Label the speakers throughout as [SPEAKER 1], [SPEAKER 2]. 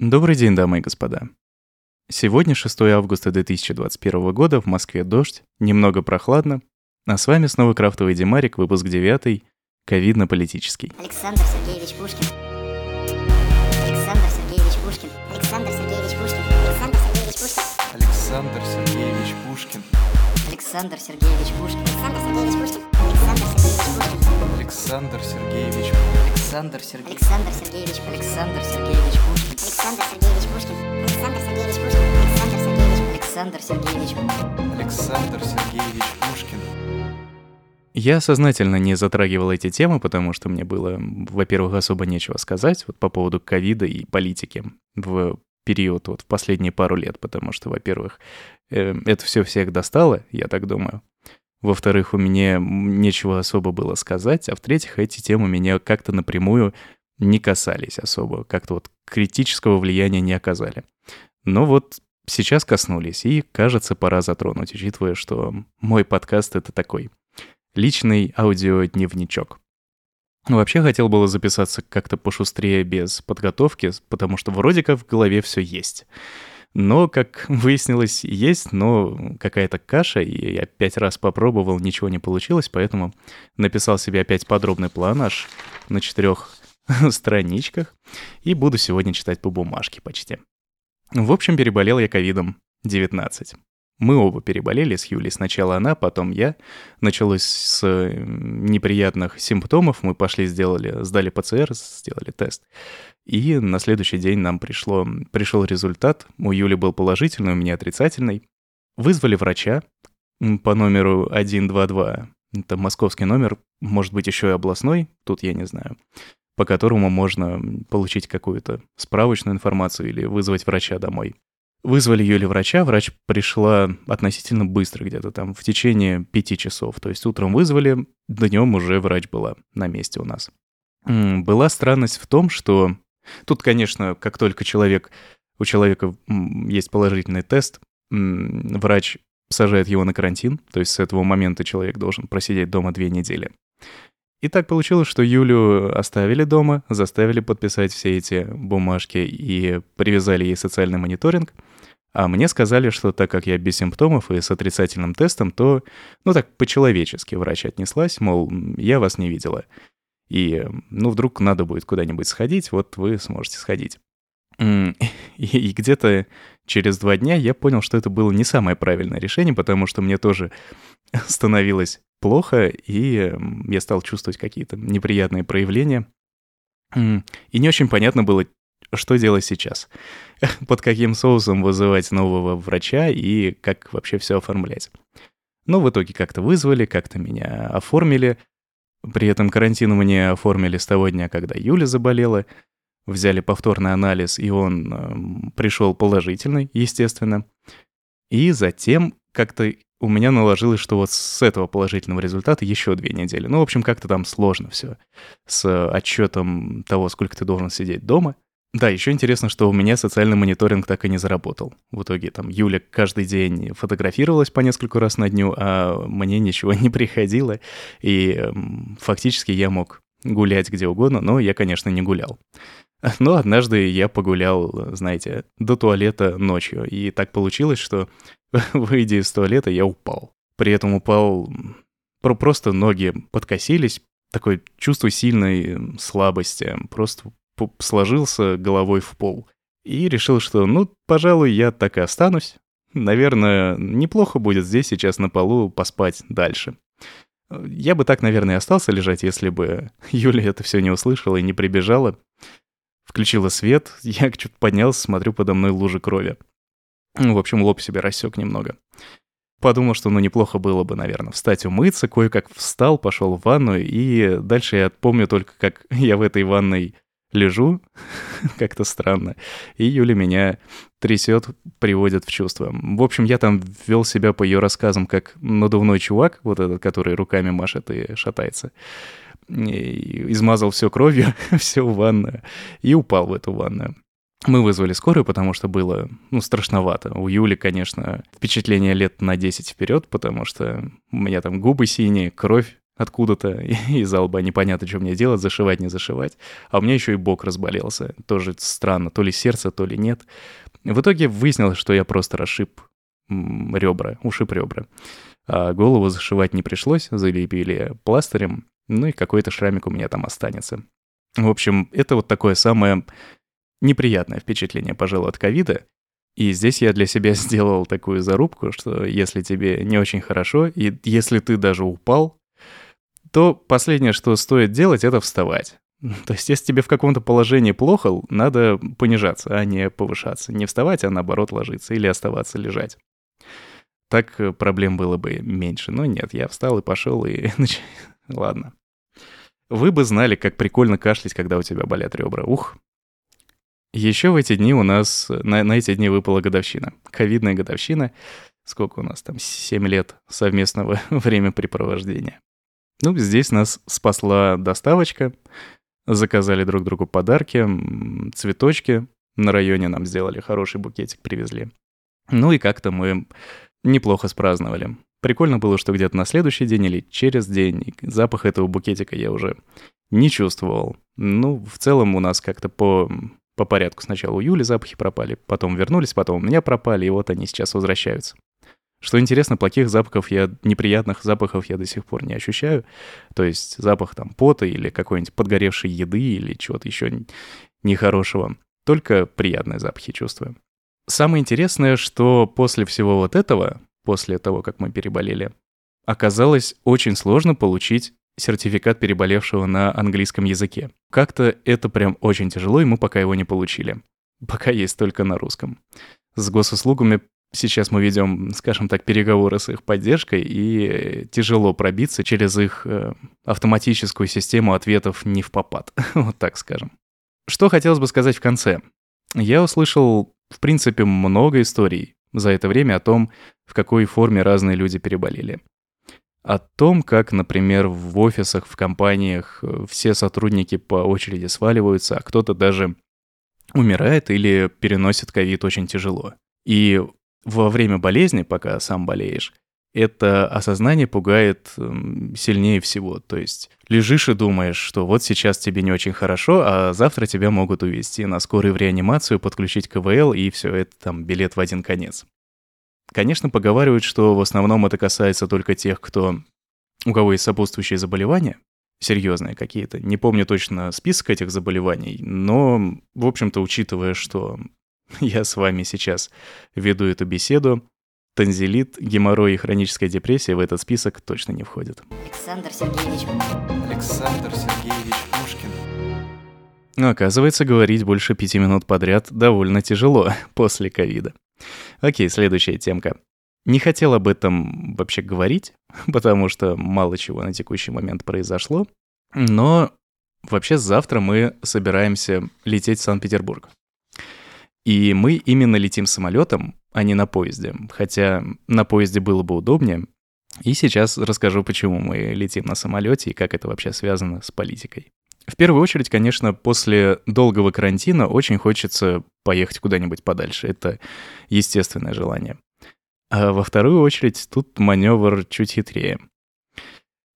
[SPEAKER 1] Добрый день, дамы и господа. Сегодня 6 августа 2021 года, в Москве дождь, немного прохладно, а с вами снова Крафтовый Демарик, выпуск 9, ковидно-политический.
[SPEAKER 2] Александр Сергеевич Пушкин. Александр Сергеевич Пушкин. Александр Сергеевич Пушкин. Александр Сергеевич Пушкин.
[SPEAKER 3] Александр Сергеевич Пушкин.
[SPEAKER 2] Александр Сергеевич Пушкин. Александр Сергеевич Пушкин. Александр Сергеевич Пушкин.
[SPEAKER 3] Александр Сергеевич. Александр Сергеевич.
[SPEAKER 2] Александр Сергеевич Александр Сергеевич Пушкин. Александр Сергеевич Пушкин. Александр Сергеевич Пушкин. Александр Сергеевич. Александр Сергеевич.
[SPEAKER 3] Александр Сергеевич Пушкин.
[SPEAKER 1] Я сознательно не затрагивал эти темы, потому что мне было, во-первых, особо нечего сказать вот по поводу ковида и политики в период, вот в последние пару лет, потому что, во-первых, э, это все всех достало, я так думаю. Во-вторых, у меня нечего особо было сказать, а в-третьих, эти темы меня как-то напрямую не касались особо, как-то вот критического влияния не оказали. Но вот сейчас коснулись, и, кажется, пора затронуть, учитывая, что мой подкаст — это такой личный аудиодневничок. Ну, Вообще хотел было записаться как-то пошустрее без подготовки, потому что вроде как в голове все есть. Но, как выяснилось, есть, но какая-то каша, и я пять раз попробовал, ничего не получилось, поэтому написал себе опять подробный план аж на четырех страничках, и буду сегодня читать по бумажке почти. В общем, переболел я ковидом 19. Мы оба переболели с Юлей. Сначала она, потом я. Началось с э, неприятных симптомов. Мы пошли, сделали, сдали ПЦР, сделали тест. И на следующий день нам пришло, пришел результат. У Юли был положительный, у меня отрицательный. Вызвали врача м, по номеру 122. Это московский номер, может быть, еще и областной, тут я не знаю, по которому можно получить какую-то справочную информацию или вызвать врача домой вызвали Юли врача, врач пришла относительно быстро, где-то там в течение пяти часов. То есть утром вызвали, днем уже врач была на месте у нас. М, Была странность в том, что тут, конечно, как только человек, у человека м, есть положительный тест, м, врач сажает его на карантин, то есть с этого момента человек должен просидеть дома две недели. И так получилось, что Юлю оставили дома, заставили подписать все эти бумажки и привязали ей социальный мониторинг. А мне сказали, что так как я без симптомов и с отрицательным тестом, то, ну так, по-человечески врач отнеслась, мол, я вас не видела. И, ну, вдруг надо будет куда-нибудь сходить, вот вы сможете сходить. М, И, и где-то через два дня я понял, что это было не самое правильное решение, потому что мне тоже становилось плохо, и эм, я стал чувствовать какие-то неприятные проявления. М, И не очень понятно было, что делать сейчас. Под каким соусом вызывать нового врача и как вообще все оформлять. Но в итоге как-то вызвали, как-то меня оформили. При этом карантин мне оформили с того дня, когда Юля заболела. Взяли повторный анализ, и он эм, пришел положительный, естественно. И затем как-то у меня наложилось, что вот с этого положительного результата еще две недели. Ну, в общем, как-то там сложно все с э, отчетом того, сколько ты должен сидеть дома. Да, еще интересно, что у меня социальный мониторинг так и не заработал. В итоге там Юля каждый день фотографировалась по нескольку раз на дню, а мне ничего не приходило, и эм, фактически я мог гулять где угодно, но я, конечно, не гулял. Но однажды я погулял, знаете, до туалета ночью, и так получилось, что выйдя из туалета, я упал. При этом упал, м, про- просто ноги подкосились, такое чувство сильной м, слабости, просто п- сложился головой в пол. И решил, что, ну, пожалуй, я так и останусь. Наверное, неплохо будет здесь сейчас на полу поспать дальше. Э, Я бы так, наверное, и остался лежать, если бы Юля это все не услышала и не прибежала. Включила свет, я чуть поднялся, смотрю подо мной лужи крови. Ну, в общем, лоб себе рассек немного. Подумал, что ну неплохо было бы, наверное, встать умыться, кое-как встал, пошел в ванну, и дальше я помню только, как я в этой ванной лежу, как-то странно, и Юля меня трясет, приводит в чувство. В общем, я там вел себя по ее рассказам как надувной чувак, вот этот, который руками машет и шатается, и измазал все кровью, всю ванную, и упал в эту ванную. Мы вызвали скорую, потому что было, ну, страшновато. У Юли, конечно, впечатление лет на 10 вперед, потому что у меня там губы синие, кровь откуда-то из алба, непонятно, что мне делать, зашивать, не зашивать. А у меня еще и бок разболелся. Тоже странно, то ли сердце, то ли нет. В итоге выяснилось, что я просто расшиб м, ребра, ушиб ребра. А голову зашивать не пришлось, залепили пластырем, ну и какой-то шрамик у меня там останется. В общем, это вот такое самое неприятное впечатление, пожалуй, от ковида. И здесь я для себя сделал такую зарубку, что если тебе не очень хорошо, и если ты даже упал, то последнее, что стоит делать, это вставать. То есть, если тебе в каком-то положении плохо, надо понижаться, а не повышаться. Не вставать, а наоборот ложиться или оставаться лежать. Так э, проблем было бы меньше. Но нет, я встал и пошел, и... нач- Ладно. Вы бы знали, как прикольно кашлять, когда у тебя болят ребра. Ух. Еще в эти дни у нас... На, на эти дни выпала годовщина. Ковидная годовщина. Сколько у нас там? 7 лет совместного времяпрепровождения. Ну, здесь нас спасла доставочка. Заказали друг другу подарки, м, цветочки. На районе нам сделали хороший букетик, привезли. Ну и как-то мы неплохо спраздновали. Прикольно было, что где-то на следующий день или через день запах этого букетика я уже не чувствовал. Ну, в целом у нас как-то по, по порядку. Сначала у Юли запахи пропали, потом вернулись, потом у меня пропали, и вот они сейчас возвращаются. Что интересно, плохих запахов я, неприятных запахов я до сих пор не ощущаю. То есть запах там пота или какой-нибудь подгоревшей еды или чего-то еще н- нехорошего. Только приятные запахи чувствую. Самое интересное, что после всего вот этого, после того, как мы переболели, оказалось очень сложно получить сертификат переболевшего на английском языке. Как-то это прям очень тяжело, и мы пока его не получили. Пока есть только на русском. С госуслугами сейчас мы ведем, скажем так, переговоры с их поддержкой, и э, тяжело пробиться через их э, автоматическую систему ответов не в попад, вот так скажем. Что хотелось бы сказать в конце. Я услышал, в принципе, много историй за это время о том, в какой форме разные люди переболели. О том, как, например, в офисах, в компаниях э, все сотрудники по очереди сваливаются, а кто-то даже умирает или переносит ковид очень тяжело. И во время болезни, пока сам болеешь, это осознание пугает м, сильнее всего. То есть лежишь и думаешь, что вот сейчас тебе не очень хорошо, а завтра тебя могут увезти на скорую в реанимацию, подключить КВЛ и все это там билет в один конец. Конечно, поговаривают, что в основном это касается только тех, кто у кого есть сопутствующие заболевания, серьезные какие-то. Не помню точно список этих заболеваний, но, в общем-то, учитывая, что я с вами сейчас веду эту беседу, танзелит, геморрой и хроническая депрессия в этот список точно не входят.
[SPEAKER 2] Александр Сергеевич
[SPEAKER 3] Александр Сергеевич Пушкин.
[SPEAKER 1] Но оказывается, говорить больше пяти минут подряд довольно тяжело после ковида. Окей, следующая темка. Не хотел об этом вообще говорить, потому что мало чего на текущий момент произошло. Но вообще завтра мы собираемся лететь в Санкт-Петербург. И мы именно летим самолетом, а не на поезде. Хотя на поезде было бы удобнее. И сейчас расскажу, почему мы летим на самолете и как это вообще связано с политикой. В первую очередь, конечно, после долгого карантина очень хочется поехать куда-нибудь подальше. Это естественное желание. А во вторую очередь, тут маневр чуть хитрее.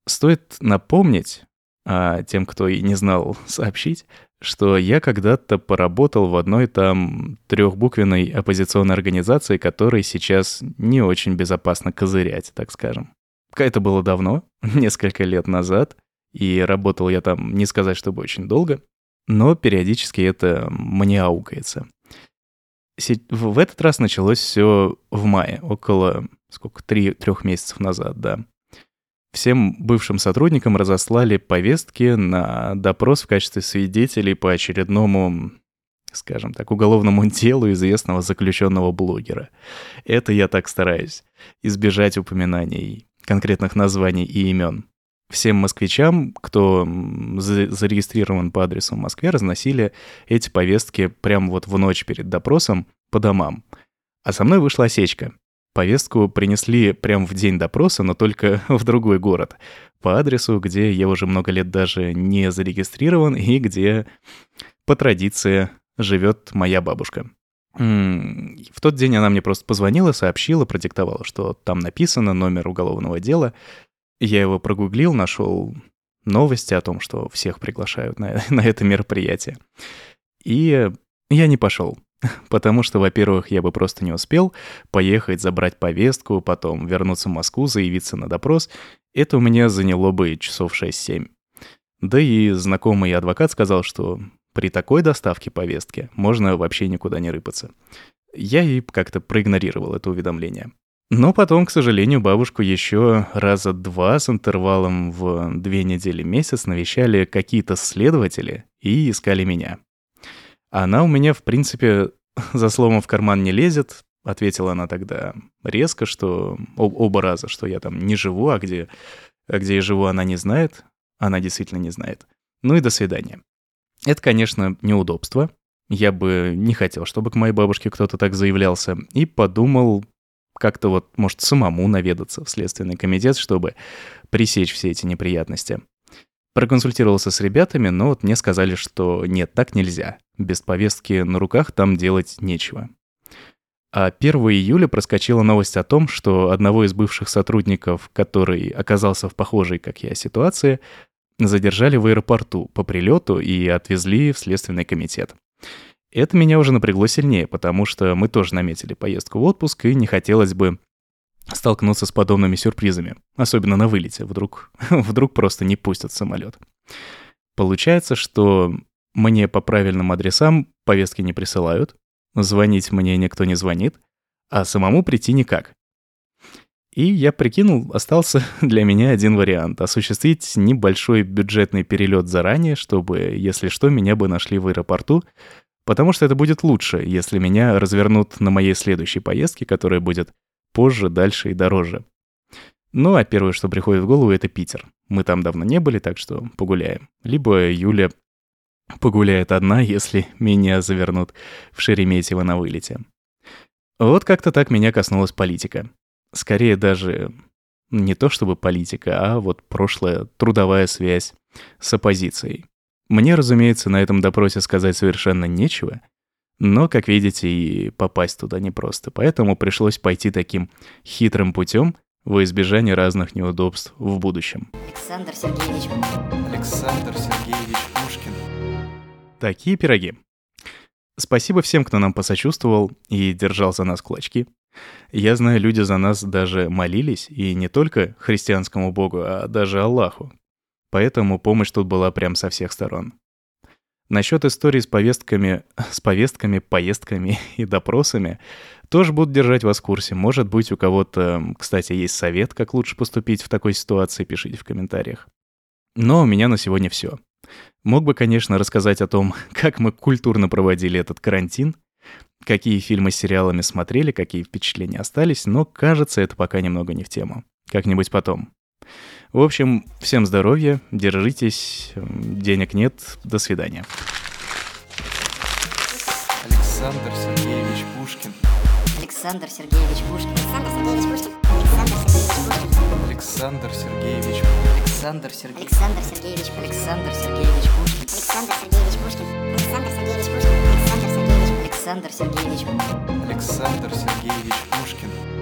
[SPEAKER 1] Стоит напомнить а, тем, кто и не знал, сообщить, что я когда-то поработал в одной там трехбуквенной оппозиционной организации, которой сейчас не очень безопасно козырять, так скажем. Это было давно, несколько лет назад, и работал я там, не сказать, чтобы очень долго, но периодически это мне аукается. Се- В в этот раз началось все в мае, около, сколько, три, трех месяцев назад, да. Всем бывшим сотрудникам разослали повестки на допрос в качестве свидетелей по очередному, скажем так, уголовному делу известного заключенного блогера. Это я так стараюсь, избежать упоминаний конкретных названий и имен всем москвичам, кто м, за- зарегистрирован по адресу в Москве, разносили эти повестки прямо вот в ночь перед допросом по домам. А со мной вышла осечка. Повестку принесли прямо в день допроса, но только в другой город, по адресу, где я уже много лет даже не зарегистрирован и где по традиции живет моя бабушка. М, В тот день она мне просто позвонила, сообщила, продиктовала, что там написано номер уголовного дела, Я его прогуглил, нашел новости о том, что всех приглашают на, на это мероприятие. И я не пошел, потому что, во-первых, я бы просто не успел поехать, забрать повестку, потом вернуться в Москву, заявиться на допрос. Это у меня заняло бы часов 6-7. Да и знакомый адвокат сказал, что при такой доставке повестки можно вообще никуда не рыпаться. Я и как-то проигнорировал это уведомление. Но потом, к сожалению, бабушку еще раза два с интервалом в две недели месяц навещали какие-то следователи и искали меня. Она у меня, в принципе, за словом в карман не лезет, ответила она тогда резко, что об- оба раза, что я там не живу, а где, а где я живу, она не знает, она действительно не знает. Ну и до свидания. Это, конечно, неудобство. Я бы не хотел, чтобы к моей бабушке кто-то так заявлялся, и подумал, как-то вот, может, самому наведаться в Следственный комитет, чтобы пресечь все эти неприятности. Проконсультировался с ребятами, но вот мне сказали, что нет, так нельзя. Без повестки на руках там делать нечего. А 1 июля проскочила новость о том, что одного из бывших сотрудников, который оказался в похожей, как я, ситуации, задержали в аэропорту по прилету и отвезли в Следственный комитет. Это меня уже напрягло сильнее, потому что мы тоже наметили поездку в отпуск, и не хотелось бы столкнуться с подобными сюрпризами, особенно на вылете, вдруг, вдруг просто не пустят самолет. Получается, что мне по правильным адресам повестки не присылают, звонить мне никто не звонит, а самому прийти никак. И я прикинул, остался для меня один вариант — осуществить небольшой бюджетный перелет заранее, чтобы, если что, меня бы нашли в аэропорту, потому что это будет лучше, если меня развернут на моей следующей поездке, которая будет позже, дальше и дороже. Ну, а первое, что приходит в голову, это Питер. Мы там давно не были, так что погуляем. Либо Юля погуляет одна, если меня завернут в Шереметьево на вылете. Вот как-то так меня коснулась политика. Скорее даже не то чтобы политика, а вот прошлая трудовая связь с оппозицией. Мне, разумеется, на этом допросе сказать совершенно нечего, но, как видите, и попасть туда непросто, поэтому пришлось пойти таким хитрым путем во избежание разных неудобств в будущем.
[SPEAKER 2] Александр Сергеевич
[SPEAKER 3] Александр Сергеевич Пушкин.
[SPEAKER 1] Такие пироги. Спасибо всем, кто нам посочувствовал и держал за нас кулачки. Я знаю, люди за нас даже молились, и не только христианскому богу, а даже Аллаху. Поэтому помощь тут была прям со всех сторон. Насчет истории с повестками, с повестками, поездками и допросами тоже буду держать вас в курсе. Может быть, у кого-то, кстати, есть совет, как лучше поступить в такой ситуации, пишите в комментариях. Но у меня на сегодня все. Мог бы, конечно, рассказать о том, как мы культурно проводили этот карантин, какие фильмы с сериалами смотрели, какие впечатления остались, но кажется, это пока немного не в тему. Как-нибудь потом. В общем, всем здоровья, держитесь, м, денег нет, до свидания.
[SPEAKER 3] Александр Сергеевич Пушкин.
[SPEAKER 2] Александр Сергеевич Пушкин. Александр Сергеевич Пушкин. Александр Сергеевич Пушкин.
[SPEAKER 3] Александр Сергеевич
[SPEAKER 2] Александр Сергеевич Александр Сергеевич Александр Сергеевич Пушкин. Александр Сергеевич Пушкин. Александр Сергеевич Пушкин. Александр Сергеевич Александр Сергеевич
[SPEAKER 3] Александр Сергеевич Пушкин.